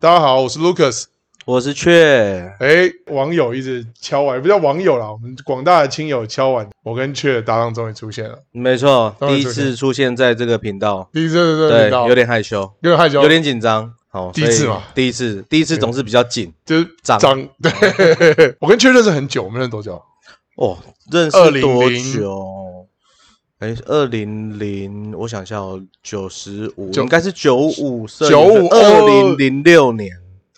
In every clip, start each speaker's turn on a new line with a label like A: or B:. A: 大家好，我是 Lucas。
B: 我是雀，
A: 哎，网友一直敲碗，也不叫网友啦，我们广大的亲友敲碗，我跟雀的搭档终于出现了。
B: 没错，
A: 当然
B: 第一
A: 出现
B: 次出现在这个频道，
A: 第一次这个
B: 对
A: 频道，，
B: 有点害羞，
A: 有点害羞，
B: 有点紧张。好，
A: 第一次
B: 所以
A: 嘛
B: 第一次，第一次总是比较紧
A: 就是
B: 长
A: 长。 对，我跟雀认识很久，我们认识多久？啊
B: 哦。认识多久？哎，二零零，我想一下哦，九十五，
A: 九
B: 应该是九五，
A: 95
B: 二零零六年。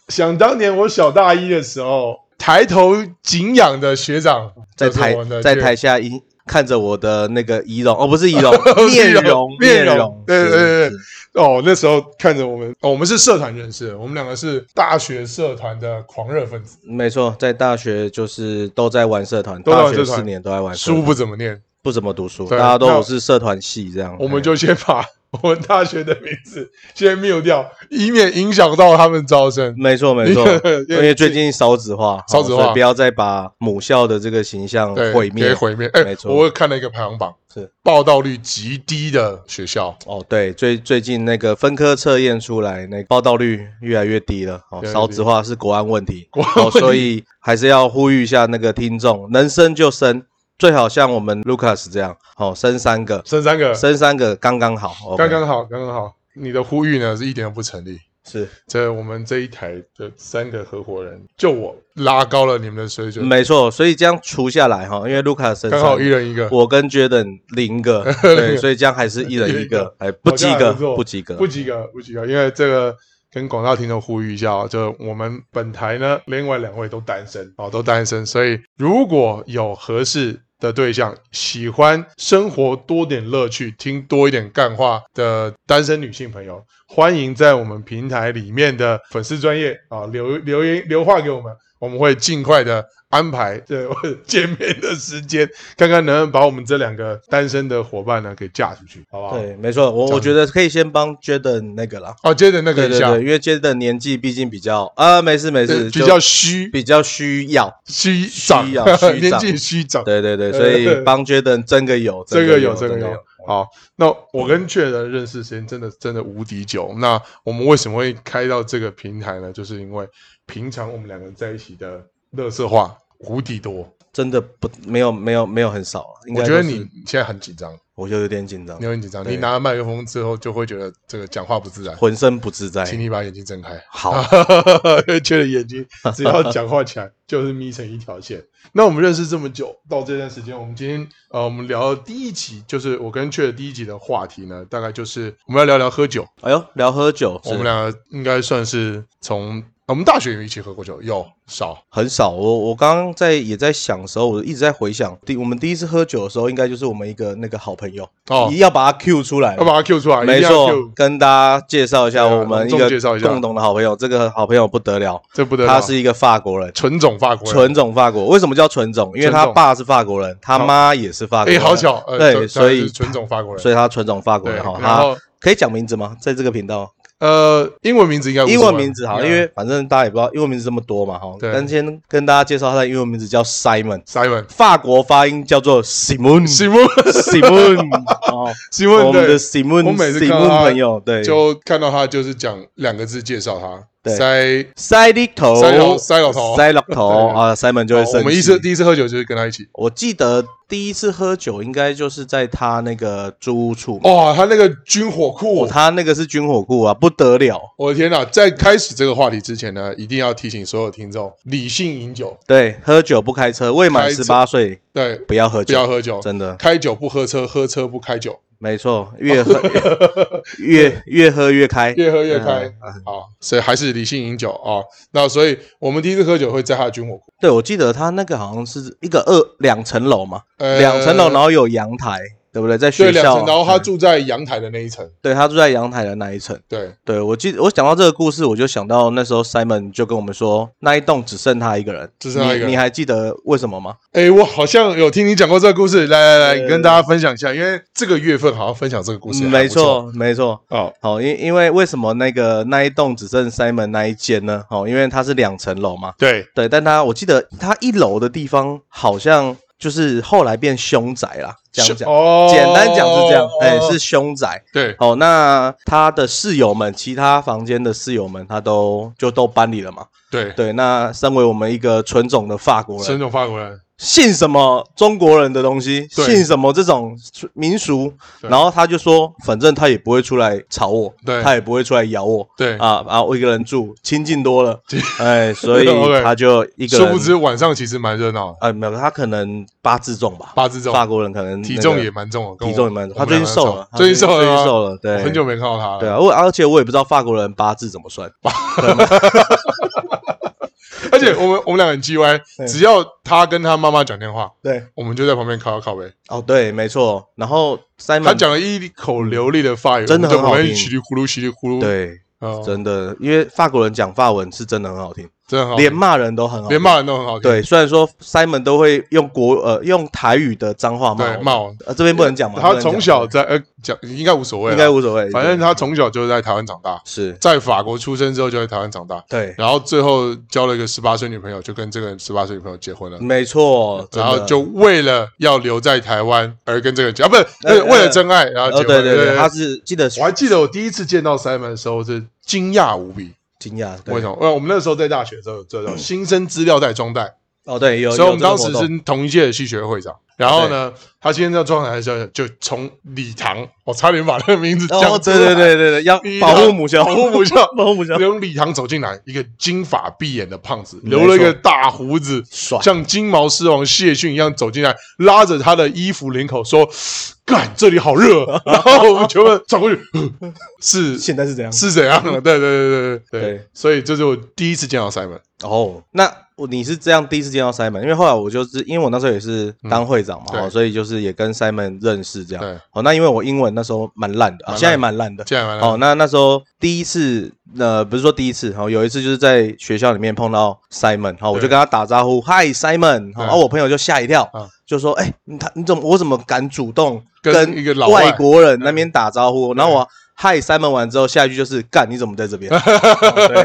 A: 想当年我小大一的时候，抬头敬仰的学长，
B: 在
A: 就是
B: 台
A: 我们的
B: 在
A: 雀
B: 台下一看着我的那个仪容，哦，不是 仪容
A: 不，是仪
B: 面
A: 容
B: 容，
A: 面
B: 面
A: 容
B: 容，
A: 对
B: 是
A: 对对，
B: 是
A: 哦，那时候看着我们，哦，我们是社团认识的，我们两个是大学社团的狂热分子，
B: 没错，在大学就是都在玩社团，
A: 都在玩
B: 大学
A: 社团
B: 四年都在玩社
A: 书
B: 团，
A: 不怎么念，
B: 不怎么读书，
A: 对
B: 大家
A: 那
B: 都是社团系这样。
A: 我们就先把我们大学的名字先 mute 掉，以免影响到他们招生。，
B: 没错没错
A: 因
B: 因
A: 为
B: 为最近少子化，
A: 少子化
B: 好所以不要再把母校的这个形象
A: 对，
B: 嗯毁灭
A: 给。毁灭。哎、
B: 没错
A: 我看了一个排行榜，
B: 是
A: 报道率极低的学校，
B: 哦，对，最最近那个分科测验出来，那个报道率越来越低了。哦
A: 越，来越低
B: 少子化是国安问题，
A: 国安
B: 哦，所以还是要呼吁一下那个听众，能生就生，最好像我们 Lucas 这样，哦，生三个，
A: 剩三个，
B: 生三个刚刚好，OK，哦
A: 刚刚好，刚刚好。你的呼吁呢是一点都不成立。
B: 是
A: 这我们这一台的三个合伙人，就我拉高了你们的水准，
B: 没错，所以这样除下来哈，因为卢卡身
A: 刚好
B: 上
A: 一人一个，
B: 我跟 Jaden 零个，对，所以这样还是一人
A: 一
B: 一
A: 个
B: 个，哎，不及
A: 好像还
B: 格，
A: 错
B: 不及格，
A: 不及格，不及格。因为这个跟广大听众呼吁一下、哦，就我们本台呢，另外两位都单身哦，都单身，所以如果有合适。的对象喜欢生活多点乐趣，听多一点干话的单身女性朋友，欢迎在我们平台里面的粉丝专业啊留留言留话给我们，我们会尽快的安排这见面的时间，看看能不能把我们这两个单身的伙伴呢给嫁出去，好不好？
B: 对，没错，我
A: 这样
B: 我觉得可以先帮 Jaden 那个啦，
A: 哦，接着那个
B: 对
A: 一
B: 对
A: 下，
B: 对，因为 Jaden 年纪毕竟比较啊，没事没
A: 呃
B: 事，
A: 比
B: 就
A: 较虚
B: 比较需要，
A: 虚
B: 虚
A: 长，
B: 啊虚
A: 年
B: 长
A: 纪虚长，
B: 对对
A: 呃
B: 对，所以帮 Jaden 争个友，
A: 这
B: 争
A: 个有
B: 友，
A: 这个
B: 争
A: 有。好，那我跟雀人认识时间真的真的无敌久。那我们为什么会开到这个平台呢？就是因为平常我们两个人在一起的乐色话无敌多。
B: 真的不没有没有没有很少，应该
A: 我觉得
B: 都
A: 你
B: 是
A: 现在很紧张，
B: 我就有点紧张
A: 你，很紧张，
B: 对
A: 你拿了麦克风之后就会觉得这个讲话不自然。
B: 浑身不自在。
A: 请你把眼睛睁开。
B: 好，
A: 缺了眼 睛，只要讲话起来就是眯成一条线。那我们认识这么久，到这段时间，我们今天呃，我们聊的第一集就是我跟缺的第一集的话题呢，大概就是我们要聊聊喝酒。
B: 哎呦，聊喝酒，
A: 我们
B: 是
A: 两个应该算是从、啊我们大学有一起喝过酒，有少
B: 很少。我我刚刚在也在想的时候，我一直在回想第我们第一次喝酒的时候，应该就是我们一个那个好朋友，
A: 哦，
B: 要把他 Q 出来。
A: 要把它 Q 出来，一
B: 没
A: 定要 Q，
B: 错，跟大家介绍一下
A: 对啊
B: 我们一
A: 隆重
B: 个
A: 介绍一下啊
B: 共同的好朋友。这个好朋友不得了，
A: 这不得了，
B: 他是一个法国人，
A: 纯种法国人，
B: 纯种法国。为什么叫纯种？因为他
A: 啊纯种
B: 爸是法国人，他妈也是法国
A: 哎，
B: 人。
A: 好，巧，呃、
B: 对
A: 纯
B: 所以
A: 他是纯种法国人，
B: 所以他纯种法国
A: 对，
B: 人哈。
A: 然
B: 他
A: 后
B: 可以讲名字吗？在这个频道，
A: 呃，英文名字应该无所
B: 英
A: 谓
B: 文名字好，
A: 嗯
B: 因为反正大家也不知道英文名字这么多嘛哈。
A: 对
B: 但先跟大家介绍他的英文名字叫 Simon。
A: Simon
B: 法国发音叫做 Simon
A: Simon
B: Simon，哦，
A: Simon
B: 我们
A: 对
B: 的 Simon
A: 我每次看到
B: Simon
A: 他
B: 朋友，对，
A: 就看到他就是讲两个字介绍他，
B: 对
A: 塞
B: 塞里头，
A: 塞老塞老头。
B: 塞老 头
A: 对
B: 啊，Simon 就会
A: 好
B: 生
A: 我
B: 气。
A: 们一次第一次喝酒就是跟他一起，
B: 我记得第一次喝酒应该就是在他那个租屋处，
A: 哇，他那个军火库，
B: 哦，他那个是军火库啊，不得了，
A: 我的天哪！在开始这个话题之前呢，一定要提醒所有听众理性饮酒，
B: 对，喝酒不开车，未满
A: 开车
B: 十八岁
A: 对，
B: 不要喝
A: 不要
B: 酒，
A: 喝酒，
B: 真的
A: 开酒不喝车，喝车不开酒，
B: 没错，越喝 越越喝越开，
A: 越喝越开
B: 嗯
A: 啊、所以还是理性饮酒啊、那所以我们第一次喝酒会在他的军火库，
B: 对，我记得他那个好像是一个二两层楼嘛，
A: 呃
B: 两层楼，然后有阳台，对不对？在
A: 对
B: 学
A: 两
B: 校啊
A: 层，，然后他住在阳台的那一层，
B: 对他住在阳台的那一层。
A: 对，
B: 对我记，我想到这个故事，我就想到那时候 Simon 就跟我们说，那一栋只剩他一个人，
A: 只剩他一个人
B: 你。你还记得为什么吗？
A: 哎，我好像有听你讲过这个故事，来来来，
B: 对
A: 你跟大家分享一下，因为这个月份好像分享这个故事，
B: 嗯没，错，没错。
A: 哦，
B: 好，因因为为什么那个那一栋只剩 Simon 那一间呢？哦，因为它是两层楼嘛。
A: 对，
B: 对，但他我记得他一楼的地方好像就是后来变凶宅啦，这样讲，
A: 哦，
B: 简单讲是这样，哎、
A: 哦
B: 是凶宅。
A: 对，
B: 哦，那他的室友们，其他房间的室友们，他都就都搬离了嘛。
A: 对，
B: 对，那身为我们一个纯种的法国
A: 纯
B: 人，
A: 种法国人，
B: 信什么中国人的东西，
A: 对
B: 信什么这种民俗，
A: 对
B: 然后他就说，反正他也不会出来吵我，
A: 对
B: 他也不会出来咬我，
A: 对，
B: 啊啊，我一个人住，清静多了， 哎，所以
A: OK
B: 他就一个
A: 殊
B: 人
A: 不，知晚上其实蛮热闹的，
B: 呃，没有，他可能八字重吧，
A: 八字重，
B: 法国人可能
A: 体
B: 那
A: 重
B: 个
A: 也蛮重的，跟我
B: 体重也蛮，
A: 我
B: 他
A: 们
B: 最近
A: 两个
B: 瘦
A: 重
B: 了，他
A: 最近瘦了
B: 最近
A: 吗，
B: 瘦了，对，
A: 我很久没看到他了。
B: 对啊，我而且我也不知道法国人八字怎么算，
A: 而且我们我们俩很 G Y，
B: 对
A: 只要他跟他妈妈讲电话，
B: 对，
A: 我们就在旁边靠靠呗。
B: 哦对，没错，然后
A: 他
B: Simon
A: 讲了一口流利的法语，
B: 真的
A: 我们
B: 很好
A: 就我们
B: 听
A: 稀里呼噜稀里呼噜。，
B: 对，
A: 哦，
B: 真的，因为法国人讲法文是真的很好听，
A: 真的很好听，
B: 连骂人都很好，
A: 哦连。骂人都很好听。
B: 哦对，虽然说 Simon 都会用国呃用台语的脏话骂
A: 对，
B: 我，
A: 骂我。
B: 呃这边不能讲嘛，不
A: 他
B: 能讲
A: 从小在呃讲应该无所谓
B: 应
A: 啦，
B: 该无所谓，
A: 反正
B: 对
A: 他从小就在台湾长大，
B: 是
A: 在法国出生之后就在台湾长大，
B: 对，
A: 然后最后交了一个十八岁女朋友，就跟这个十八岁女朋友结婚了。
B: 没错，
A: 然
B: 真
A: 后
B: 的
A: 就为了要留在台湾而跟这个人结，啊，不是，
B: 呃
A: 呃为了
B: 呃
A: 真爱，然后
B: 哦
A: 结婚。
B: 对对对，他是记得
A: 我还记得我第一次见到 Simon 的时候是惊讶无比，
B: 惊讶，对
A: 为什么？呃因为我们那时候在大学的时候有 这种新生资料袋装袋，
B: 哦对有，
A: 所以我
B: 有
A: 们
B: 这个
A: 当
B: 活
A: 时
B: 动
A: 是同一届的系学会长。然后呢，他今天在装台的时候就从礼堂，我差点把那个名字讲
B: 哦
A: 出
B: 对
A: 来。
B: 对对对对，要
A: 礼堂
B: 保护母校，
A: 保护母 校
B: 保护母 校，
A: 从礼堂走进来，一个金发碧眼的胖子，
B: 没错
A: 留了一个大胡子，
B: 爽
A: 像金毛狮王谢逊一样走进来，拉着他的衣服领口说：“干，这里好热。”啊 然后我们全部转过去，呃是
B: 现在是怎样？
A: 是怎样啊的？对对对对对
B: 对
A: 对，所以这是我第一次见到 Simon。
B: 哦，那我你是这样第一次见到 Simon，因为后来我就是因为我那时候也是当会长嘛，
A: 嗯对
B: 哦所以就是也跟 Simon 认识这
A: 对
B: 样。哦，那因为我英文那时候蛮烂的，
A: 蛮
B: 啊
A: 烂
B: 现在也蛮烂的。
A: 见完了，
B: 哦，那那时候第一次，呃，不是说第一次，哦，有一次就是在学校里面碰到 Simon，好、哦，我就
A: 对
B: 跟他打招呼，Hi Simon，好、
A: 对
B: 哦，我朋友就吓一跳，
A: 啊
B: 就说，哎、你他你怎么我怎么敢主动
A: 跟一个老外
B: 外国人那边打招呼？然后我 Hi Simon 完之后，下一句就是，干你怎么在 这边？哦对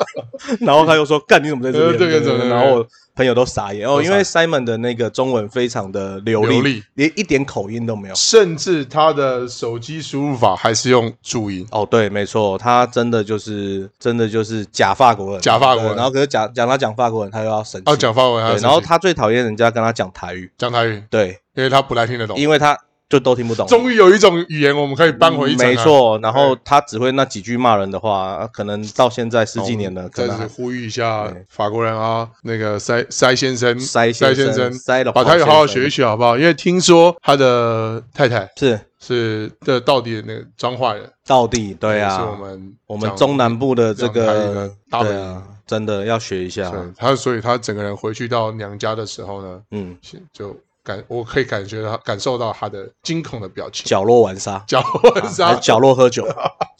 B: 然后他又说，干你怎么在这边？
A: 呃这个
B: 对
A: 怎么
B: 然后我朋友都傻眼哦，
A: 都傻
B: 因为 Simon 的那个中文非常的流利，
A: 流利
B: 连一点口音都没有。
A: 甚至他的手机输入法还是用注音，
B: 哦，对，没错，他真的就是真的就是假法国人，
A: 假法国人
B: 对然后可是讲讲他讲法国人，他又要生气。
A: 要讲法文还
B: 对，
A: 是
B: 然后他最讨厌人家跟他讲台语，
A: 讲台语，
B: 对，
A: 因为他不太听得懂。
B: 因为他就都听不懂。
A: 终于有一种语言我们可以扳回一城、啊
B: 没，错，然后他只会那几句骂人的话，可能到现在十几年了，可
A: 哦再
B: 能
A: 次
B: 还
A: 呼吁一下
B: 对
A: 法国人啊，那个塞塞先生，
B: 塞
A: 塞
B: 先
A: 生，
B: 塞了
A: 把台语好好学一
B: 学。
A: 学好不好？因为听说他的太太
B: 是
A: 是的，到底那个彰化人，
B: 到底对啊，
A: 是我们
B: 我们
A: 讲
B: 中南部的这
A: 讲台语的
B: 个
A: 大本
B: 对啊，真的要学一下。
A: 对，他所以他整个人回去到娘家的时候呢，
B: 嗯，
A: 就感我可以感觉到感受到他的惊恐的表情，
B: 角落玩沙，
A: 脚婚
B: 啊还
A: 纱
B: 是。角落喝酒，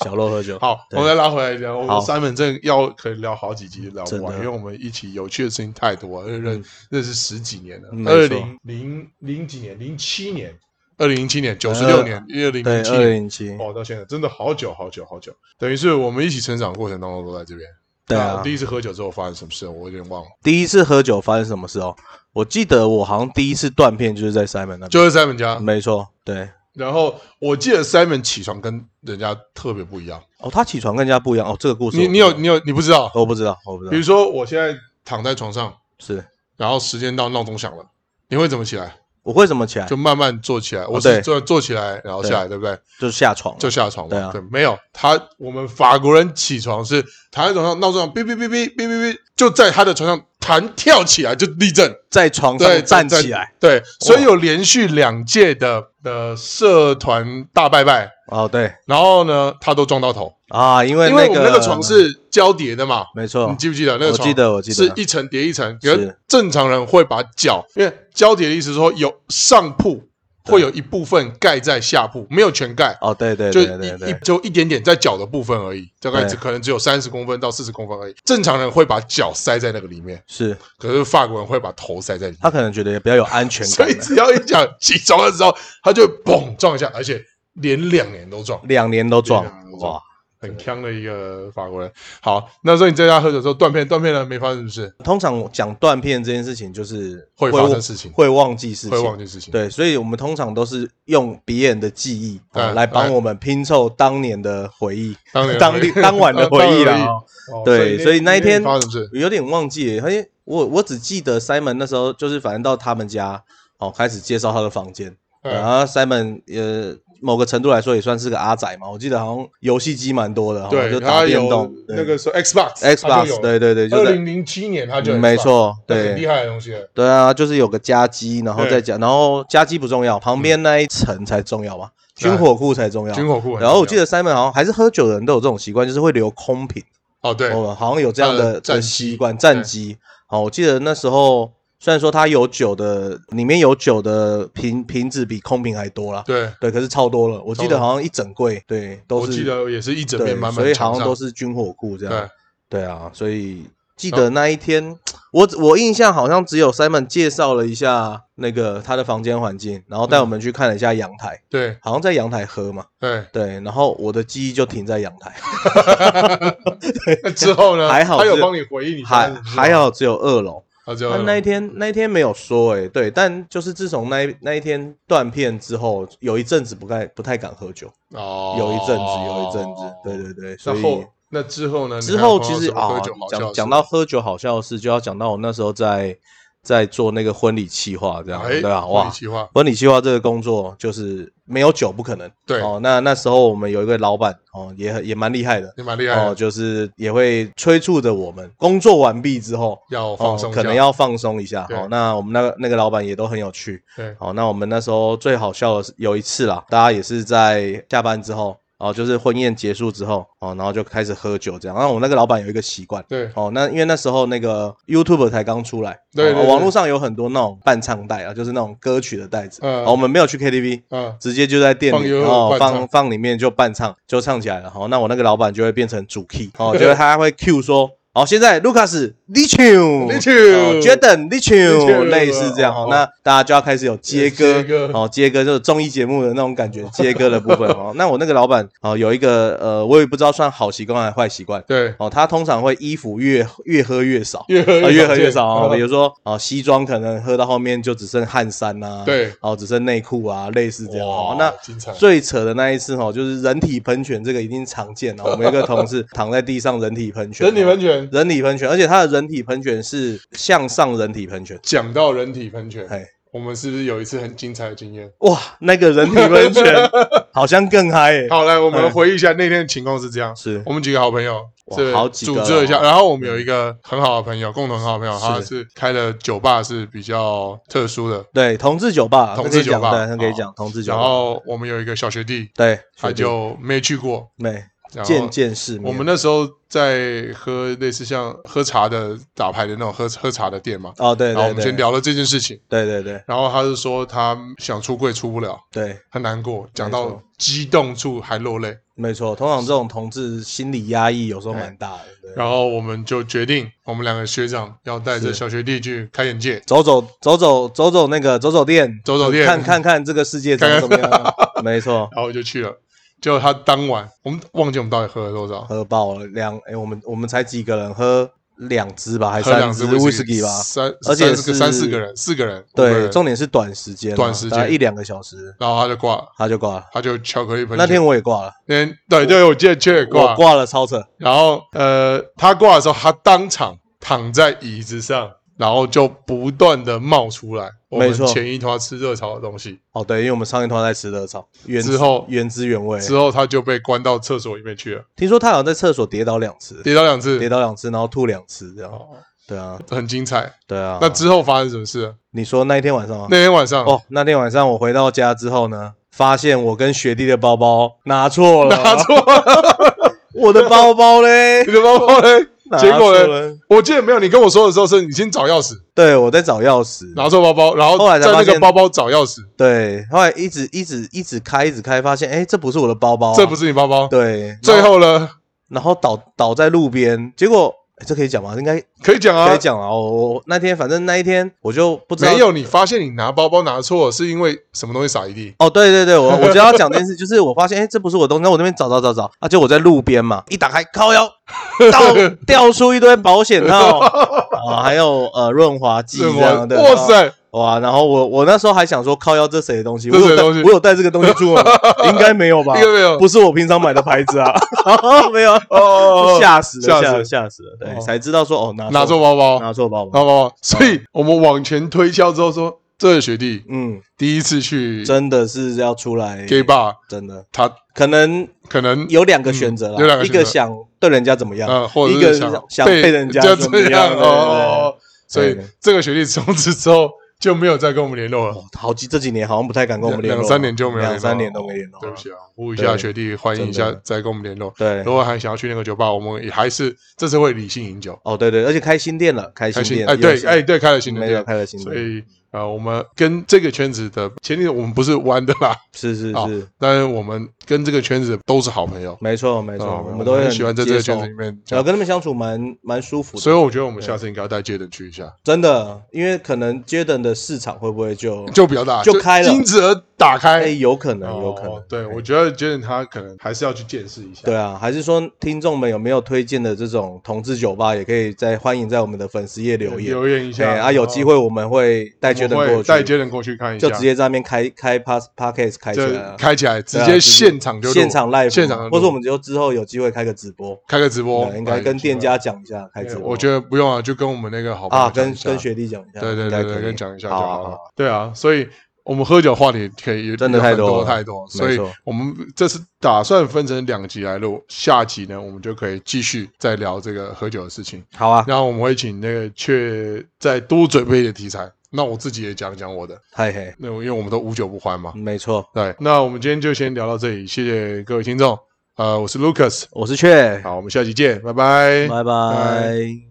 B: 角落 喝酒。
A: 好，
B: 对
A: 我们再拉回来聊。我
B: 好
A: 们三本正要可以聊好几集聊不完，
B: 真的
A: 因为我们一起有趣的事情太多了，认认识十几年了
B: 嗯，
A: 二
B: 没错
A: 零零零几年，零七年，二零零七年，九十六年，二零
B: 呃对，
A: 零七
B: 二
A: 年，
B: 零七，
A: 哦，到现在真的好久好久好久，等于是我们一起成长过程当中都在这边。
B: 对
A: 那
B: 啊
A: 我。第一次喝酒之后发生什么事，我有点忘了，
B: 第一次喝酒发生什么事哦？我记得我好像第一次断片就是在 Simon 那边，
A: 就是 Simon 家，
B: 没错，对。
A: 然后我记得 Simon 起床跟人家特别不一样，
B: 哦，他起床跟人家不一样哦，这个故事
A: 你
B: 我
A: 你
B: 不
A: 有
B: 知道
A: 你有你不知道，
B: 我不知道，我不知
A: 比
B: 道
A: 如，说我现在躺在床上，
B: 是
A: 然后时间到闹钟响了，你会怎么起来？
B: 我会怎么起来
A: 就慢慢坐起来，我
B: 对
A: 是坐坐起来，然后下来，对不对？
B: 就是下床了，
A: 就下床嘛。
B: 对啊
A: 没有他，我们法国人起床是躺在床上，闹钟上，哔哔哔哔哔哔哔，就在他的床上弹跳起来，就立正，
B: 在床
A: 对，
B: 上站
A: 在
B: 起来。，
A: 对，所以有连续两届的的社团大拜拜，
B: 哦，对
A: 然后呢，他都撞到头，
B: 啊，因为
A: 因为我
B: 个
A: 们那个床是交叠的嘛，
B: 没错
A: 你，记不记得那个
B: 哦我
A: 床？
B: 记得我记得
A: 是一层叠一层。可
B: 是
A: 是正常人会把脚，因为交叠的意思是说有上铺会有一部分盖在下铺，没有全盖，
B: 哦，对对
A: 就
B: 对
A: 一
B: 对
A: 一
B: 对，
A: 就一点点在脚的部分而已，大概只
B: 对
A: 可能只有三十公分到四十公分而已。正常人会把脚塞在那个里面，
B: 是
A: 可是法国人会把头塞在里面。
B: 他可能觉得比较有安全
A: 所
B: 感
A: 以
B: 了，
A: 只要一讲起床的时候，他就会砰撞一下，而且连两年都撞。
B: 两年都撞
A: 两年都撞
B: 哇，
A: 很强的一个法国人。好，那所以你在家喝酒的时候断片，断片了没发生什么事，
B: 通常我讲断片这件事情，就是
A: 会发生事情
B: 会忘记事情，
A: 会忘记事情。
B: 对，所以我们通常都是用别人的记忆、哦
A: 哎
B: 来
A: 哎
B: 帮我们拼凑当年的回忆，
A: 当年的
B: 当
A: 回忆
B: 地当晚的回
A: 当晚的
B: 忆啦。
A: 哦
B: 对所以那一天
A: 发生什么事？
B: 有点忘记了，哎，我我只记得 Simon 那时候就是反正到他们家哦，开始介绍他的房间，
A: 嗯
B: 然后 Simon 呃某个程度来说也算是个阿仔嘛，我记得好像游戏机蛮多的，哦
A: 对，
B: 就
A: 他
B: 打电
A: 有
B: 动，
A: 那个时候 Xbox
B: 对 Xbox，对对对，就
A: 二
B: 是嗯
A: 零零七年他就有 Xbox，
B: 没错，
A: 那很
B: 对，
A: 厉害的东西了。
B: 对啊，就是有个家鸡，然后
A: 对
B: 再讲，然后家鸡不重要，旁边那一层才重要嘛，
A: 对
B: 军火库才重要。
A: 军火库很重要。
B: 然后我记得 Simon 好像还是喝酒的人都有这种习惯，就是会留空瓶，
A: 哦，对，
B: 哦，好像有这样
A: 他的
B: 的
A: 战
B: 的
A: 绩
B: 习惯，
A: 对
B: 战机。好，我记得那时候虽然说它有酒的，里面有酒的瓶瓶子比空瓶还多啦，
A: 对，
B: 对，可是超多了。我记
A: 超
B: 得
A: 多
B: 好像一整柜，对，都
A: 我
B: 是
A: 记得也是一整面
B: 对，
A: 满满
B: 所
A: 的
B: 以
A: 墙
B: 好
A: 上，
B: 像都是军火库这样。
A: 对，
B: 对啊，所以记得那一天，我我印象好像只有 Simon 介绍了一下那个他的房间环境，然后
A: 嗯
B: 带我们去看了一下阳台，
A: 对
B: 好像在阳台喝嘛。
A: 对。
B: 对，然后我的记忆就停在阳台，
A: 那之后呢？
B: 还好
A: 他有
B: 是
A: 帮你回忆你发
B: 还
A: 生什么事哦吗
B: 还，好只有二楼。啊
A: 他就
B: 但那一天那一天没有说诶、对，但就是自从那一那一天断片之后，有一阵子不太不太敢喝酒，
A: 哦，
B: 有一阵子有一阵子，对对对，所
A: 那
B: 以
A: 后那之后呢？
B: 之后其实
A: 啊，
B: 啊
A: 喝酒好，笑
B: 讲
A: 的
B: 讲
A: 事
B: 到喝酒好笑的事，就要讲到我那时候在在做那个婚礼企划这样，
A: 哎，
B: 对吧、
A: 婚礼
B: 哇，
A: 企划
B: 婚礼企划这个工作就是没有酒不可能。
A: 对
B: 哦，那那时候我们有一个老板哦，也很也蛮厉害的。
A: 你蛮厉害的
B: 哦，就是也会催促着我们工作完毕之后，
A: 要
B: 哦
A: 放松，一下，
B: 可能要放松一下。
A: 对
B: 哦，那我们那个那个老板也都很有趣。
A: 对
B: 好，那我们那时候最好笑的是有一次啦，大家也是在下班之后，哦，就是婚宴结束之后，哦，然后就开始喝酒这样。然后我们那个老板有一个习惯，
A: 对
B: 哦，那因为那时候那个 YouTube 才刚出来，
A: 对
B: 哦
A: 对对
B: 网络上有很多那种伴唱带啊，就是那种歌曲的袋子。
A: 嗯
B: 哦，我们没有去 KTV。
A: 啊，
B: 直接就在店
A: 放
B: 里，
A: YouTube
B: 哦，
A: 伴唱
B: 放放里面就伴唱，就唱起来了。好、哦那我那个老板就会变成主 key，哦，就是他会 Q 说，好、现在 Lucas 你唱，
A: 你
B: 哦
A: 去，
B: 觉得你去
A: 你去
B: 类似这样
A: 哦
B: 哦，那大家就要开始有接
A: 接歌
B: 歌哦，接歌就是综艺节目的那种感觉，接歌的部分 哦。那我那个老板哦，有一个呃，我也不知道算好习惯还是坏习惯
A: 对，
B: 哦，他通常会衣服越越喝越少，
A: 越喝
B: 呃越喝越
A: 见
B: 少哦，
A: 嗯
B: 比如说哦，西装可能喝到后面就只剩汗衫呐，，
A: 对，
B: 哦，只剩内裤啊，类似这样
A: 哇
B: 哦。那
A: 精彩，
B: 最扯的那一次哦，就是人体喷泉，这个一定常见哦。我们有一个 同事躺在地上人体喷泉哦，
A: 人体喷泉，
B: 人体喷泉，而且它的人体喷泉是向上人体喷泉。
A: 讲到人体喷泉，
B: 哎，
A: 我们是不是有一次很精彩的经验？
B: 哇，那个人体 喷泉好像更嗨耶、
A: 好，来，我们
B: 哎
A: 回忆一下那天的情况是这样。
B: 是
A: 我们几个好朋友，
B: 哎哇
A: 是
B: 好几个嗯
A: 组
B: 了
A: 织了一下。
B: 哦
A: 然后我们有一个很好的朋友，共同很好的朋友，他是开的酒吧是比较特殊的。
B: 对，同志酒吧，
A: 同志酒吧
B: 那可以讲对那可以
A: 哦
B: 讲同志酒
A: 然
B: 吧。
A: 后我们有一个小学弟，
B: 对，
A: 他
B: 学弟
A: 就没去过。
B: 没
A: 然后
B: 见见世面。
A: 我们那时候在喝类似像喝茶的打牌的那种喝喝茶的店嘛，
B: 哦，对
A: 然后我
B: 对
A: 们先
B: 对，
A: 聊了这件事情，
B: 对对对
A: 然后他就说他想出柜出不了，
B: 对，
A: 很难过，讲
B: 没
A: 到
B: 错
A: 激动处还落泪。
B: 没错。通常这种同志心理压抑有时候
A: 哎
B: 蛮大的。对
A: 然后我们就决定，我们两个学长要带着
B: 是
A: 小学弟去开眼界，
B: 走走走走走走那个走走店，
A: 走走店
B: 看看看这个世界长
A: 看看
B: 怎么样。啊 没错，
A: 然后就去了。结果他当晚，我们忘记我们到底喝了多少，
B: 喝爆了两哎，我们我们才几个人喝两支吧，还
A: 喝
B: 三
A: 两
B: 支
A: 支
B: 威
A: 威
B: 士忌吧，
A: 三，
B: 而
A: 三四个
B: 且是
A: 三四个人，四个人，五个
B: 对，
A: 人
B: 重点是短时间啊，
A: 短时间
B: 大概一两个小时，
A: 然后他就挂了，
B: 他就挂了。
A: 他就巧克力喷泉。
B: 那天我也挂了，
A: 那天对对，我记得确实挂
B: 我。挂了超扯，
A: 然后呃，他挂的时候，他当场躺在椅子上，然后就不断的冒出来。我们
B: 没错
A: 前一团吃热炒的东西
B: 哦对，因为我们上一团在吃热炒，原汁
A: 之后
B: 原汁原味。
A: 之后，他就被关到厕所里面去了，
B: 听说他好像在厕所跌倒两次，
A: 跌倒两次
B: 跌，倒两次，然后吐两次，这样。
A: 哦
B: 对啊，
A: 很精彩。
B: 对啊。
A: 那之后发生什么事了？啊
B: 你说那一天晚上吗？
A: 那天晚上，
B: 哦，那天晚上我回到家之后呢，发现我跟学弟的包包拿错了，
A: 拿错了，
B: 我的包 包嘞
A: 你，的包包 嘞？
B: 拿
A: 结果
B: 错
A: 嘞？
B: 了，
A: 我记得没有，你跟我说的时候是你先找钥匙，
B: 对我在找钥匙，
A: 拿错包包，然后
B: 后来
A: 在
B: 才
A: 那
B: 发
A: 个
B: 现
A: 包包找钥匙，
B: 对，后来一直一直一直开，一直开，发现哎、诶这不是我的包包啊、
A: 这不是你包包。
B: 对，
A: 最
B: 然
A: 后呢？
B: 然后倒倒在路边，结果诶这可以讲吗？应该
A: 可以讲啊，
B: 可以讲啊。我我我那天反正那一天我就不知道
A: 没有，你发现你拿包包拿错，是因为什么东西撒一地？
B: 哦，对对对，我我就要讲这件事，就是我发现，哎，这不是我东西，那我那边找找找找，啊，就我在路边嘛，一打开，靠腰， 倒掉出一堆保险套啊，还有呃润滑剂
A: 是
B: 这
A: 吗
B: 样的，
A: 哇塞，
B: 哇，然后我我那时候还想说，靠腰这谁的东西？我
A: 这谁的
B: 有带
A: 东西
B: 我有带这个东西 出门吗，应该没有吧？
A: 应该没有
B: 不是我平常买的牌 子啊，没有，
A: 哦，
B: 吓死
A: 吓
B: 了，
A: 死
B: 吓死了吓死了，对，
A: 哦
B: 才知道说哦，拿
A: 拿
B: 错
A: 错包包，哦拿
B: 拿错包包，
A: 错包包，所以我们往前推敲之后说，这个学弟
B: 嗯，
A: 第一次去
B: 真的是要出来，
A: gay bar，
B: 真的
A: 他
B: 可能
A: 可能
B: 有两个选择啦，
A: 嗯有两个
B: 一
A: 选择
B: 个想对人家怎么样，
A: 呃，或
B: 一
A: 者
B: 个
A: 是
B: 是
A: 想
B: 想被人家
A: 就
B: 怎么
A: 这
B: 样
A: 样
B: 对
A: 哦，所以
B: 对
A: 这个学弟从此之后就没有再跟我们联络了
B: 哦。好几这几年好像不太敢跟我们联络，
A: 两三年就没有联络了
B: 两三年都没联络，
A: 对不起啊，呼一下
B: 对
A: 学弟，欢迎一下
B: 真的
A: 再跟我们联络。
B: 对
A: 如果还想要去那个酒吧，我们也还是这次会理性饮酒，
B: 哦对对，而且开新店了，开
A: 开心
B: 新店，
A: 哎
B: 又
A: 对
B: 是
A: 哎对，开了新的
B: 没有
A: 店，
B: 开了新
A: 所
B: 店，
A: 以呃，我们跟这个圈子的前提，我们不是玩的啦，
B: 是是
A: 啊
B: 是，
A: 但是我们跟这个圈子都是好朋友，
B: 没错没
A: 啊
B: 错，
A: 我
B: 们都会
A: 很
B: 很
A: 喜欢在这
B: 接
A: 个
B: 受
A: 圈子里面
B: 然后
A: 讲，
B: 跟他们相处蛮蛮舒服
A: 所以
B: 的，
A: 我觉得我们下次应该要带杰登去一下，
B: 真的，因为可能 Jaden 的市场会不会就
A: 就比较大，
B: 就开了
A: 因此而打
B: 哎
A: 开，
B: 有可能
A: 哦
B: 有可能，哎
A: 对，我觉得杰登他可能还是要去见识一下，
B: 对啊，还是说听众们有没有推荐的这种同志酒吧，也可以在欢迎在我们的粉丝页留言。
A: 留言一
B: 哎、
A: 下哦
B: 啊，有机会我们会带
A: 我
B: Jaden
A: 们
B: 过
A: 会
B: 去，
A: 带杰登过去看一下，
B: 就直接在那边开开 pass podcast 开起来
A: 这
B: 了，
A: 开起来，直
B: 对啊
A: 接现场就录
B: 现场 live，
A: 现场就录
B: 或者我们就之后有机会开个直播，
A: 开个直播
B: 对，啊应该跟店家讲一下开
A: 哎。
B: 直播。
A: 我觉得不用啊，就跟我们那个好朋友
B: 哦啊，跟
A: 讲一下
B: 跟学弟讲一下，
A: 对对
B: 应该
A: 对
B: 可
A: 对，
B: 以
A: 跟讲一下就
B: 好
A: 好
B: 好
A: 了
B: 好。
A: 对啊，所以我们喝酒话题可以有
B: 真的
A: 有很
B: 太多了
A: 太多，所
B: 没
A: 以
B: 错
A: 我们这次打算分成两集来录，下集呢我们就可以继续再聊这个喝酒的事情。
B: 好啊，
A: 然后我们会请那个却再多准备一点题材，那我自己也讲讲我的，
B: 嘿嘿，
A: 那我因为我们都无酒不欢嘛。
B: 没错，
A: 对，那我们今天就先聊到这里，谢谢各位听众。呃，我是 Lucas，
B: 我是雀，
A: 好，我们下期见，拜拜。
B: 拜
A: 拜
B: 拜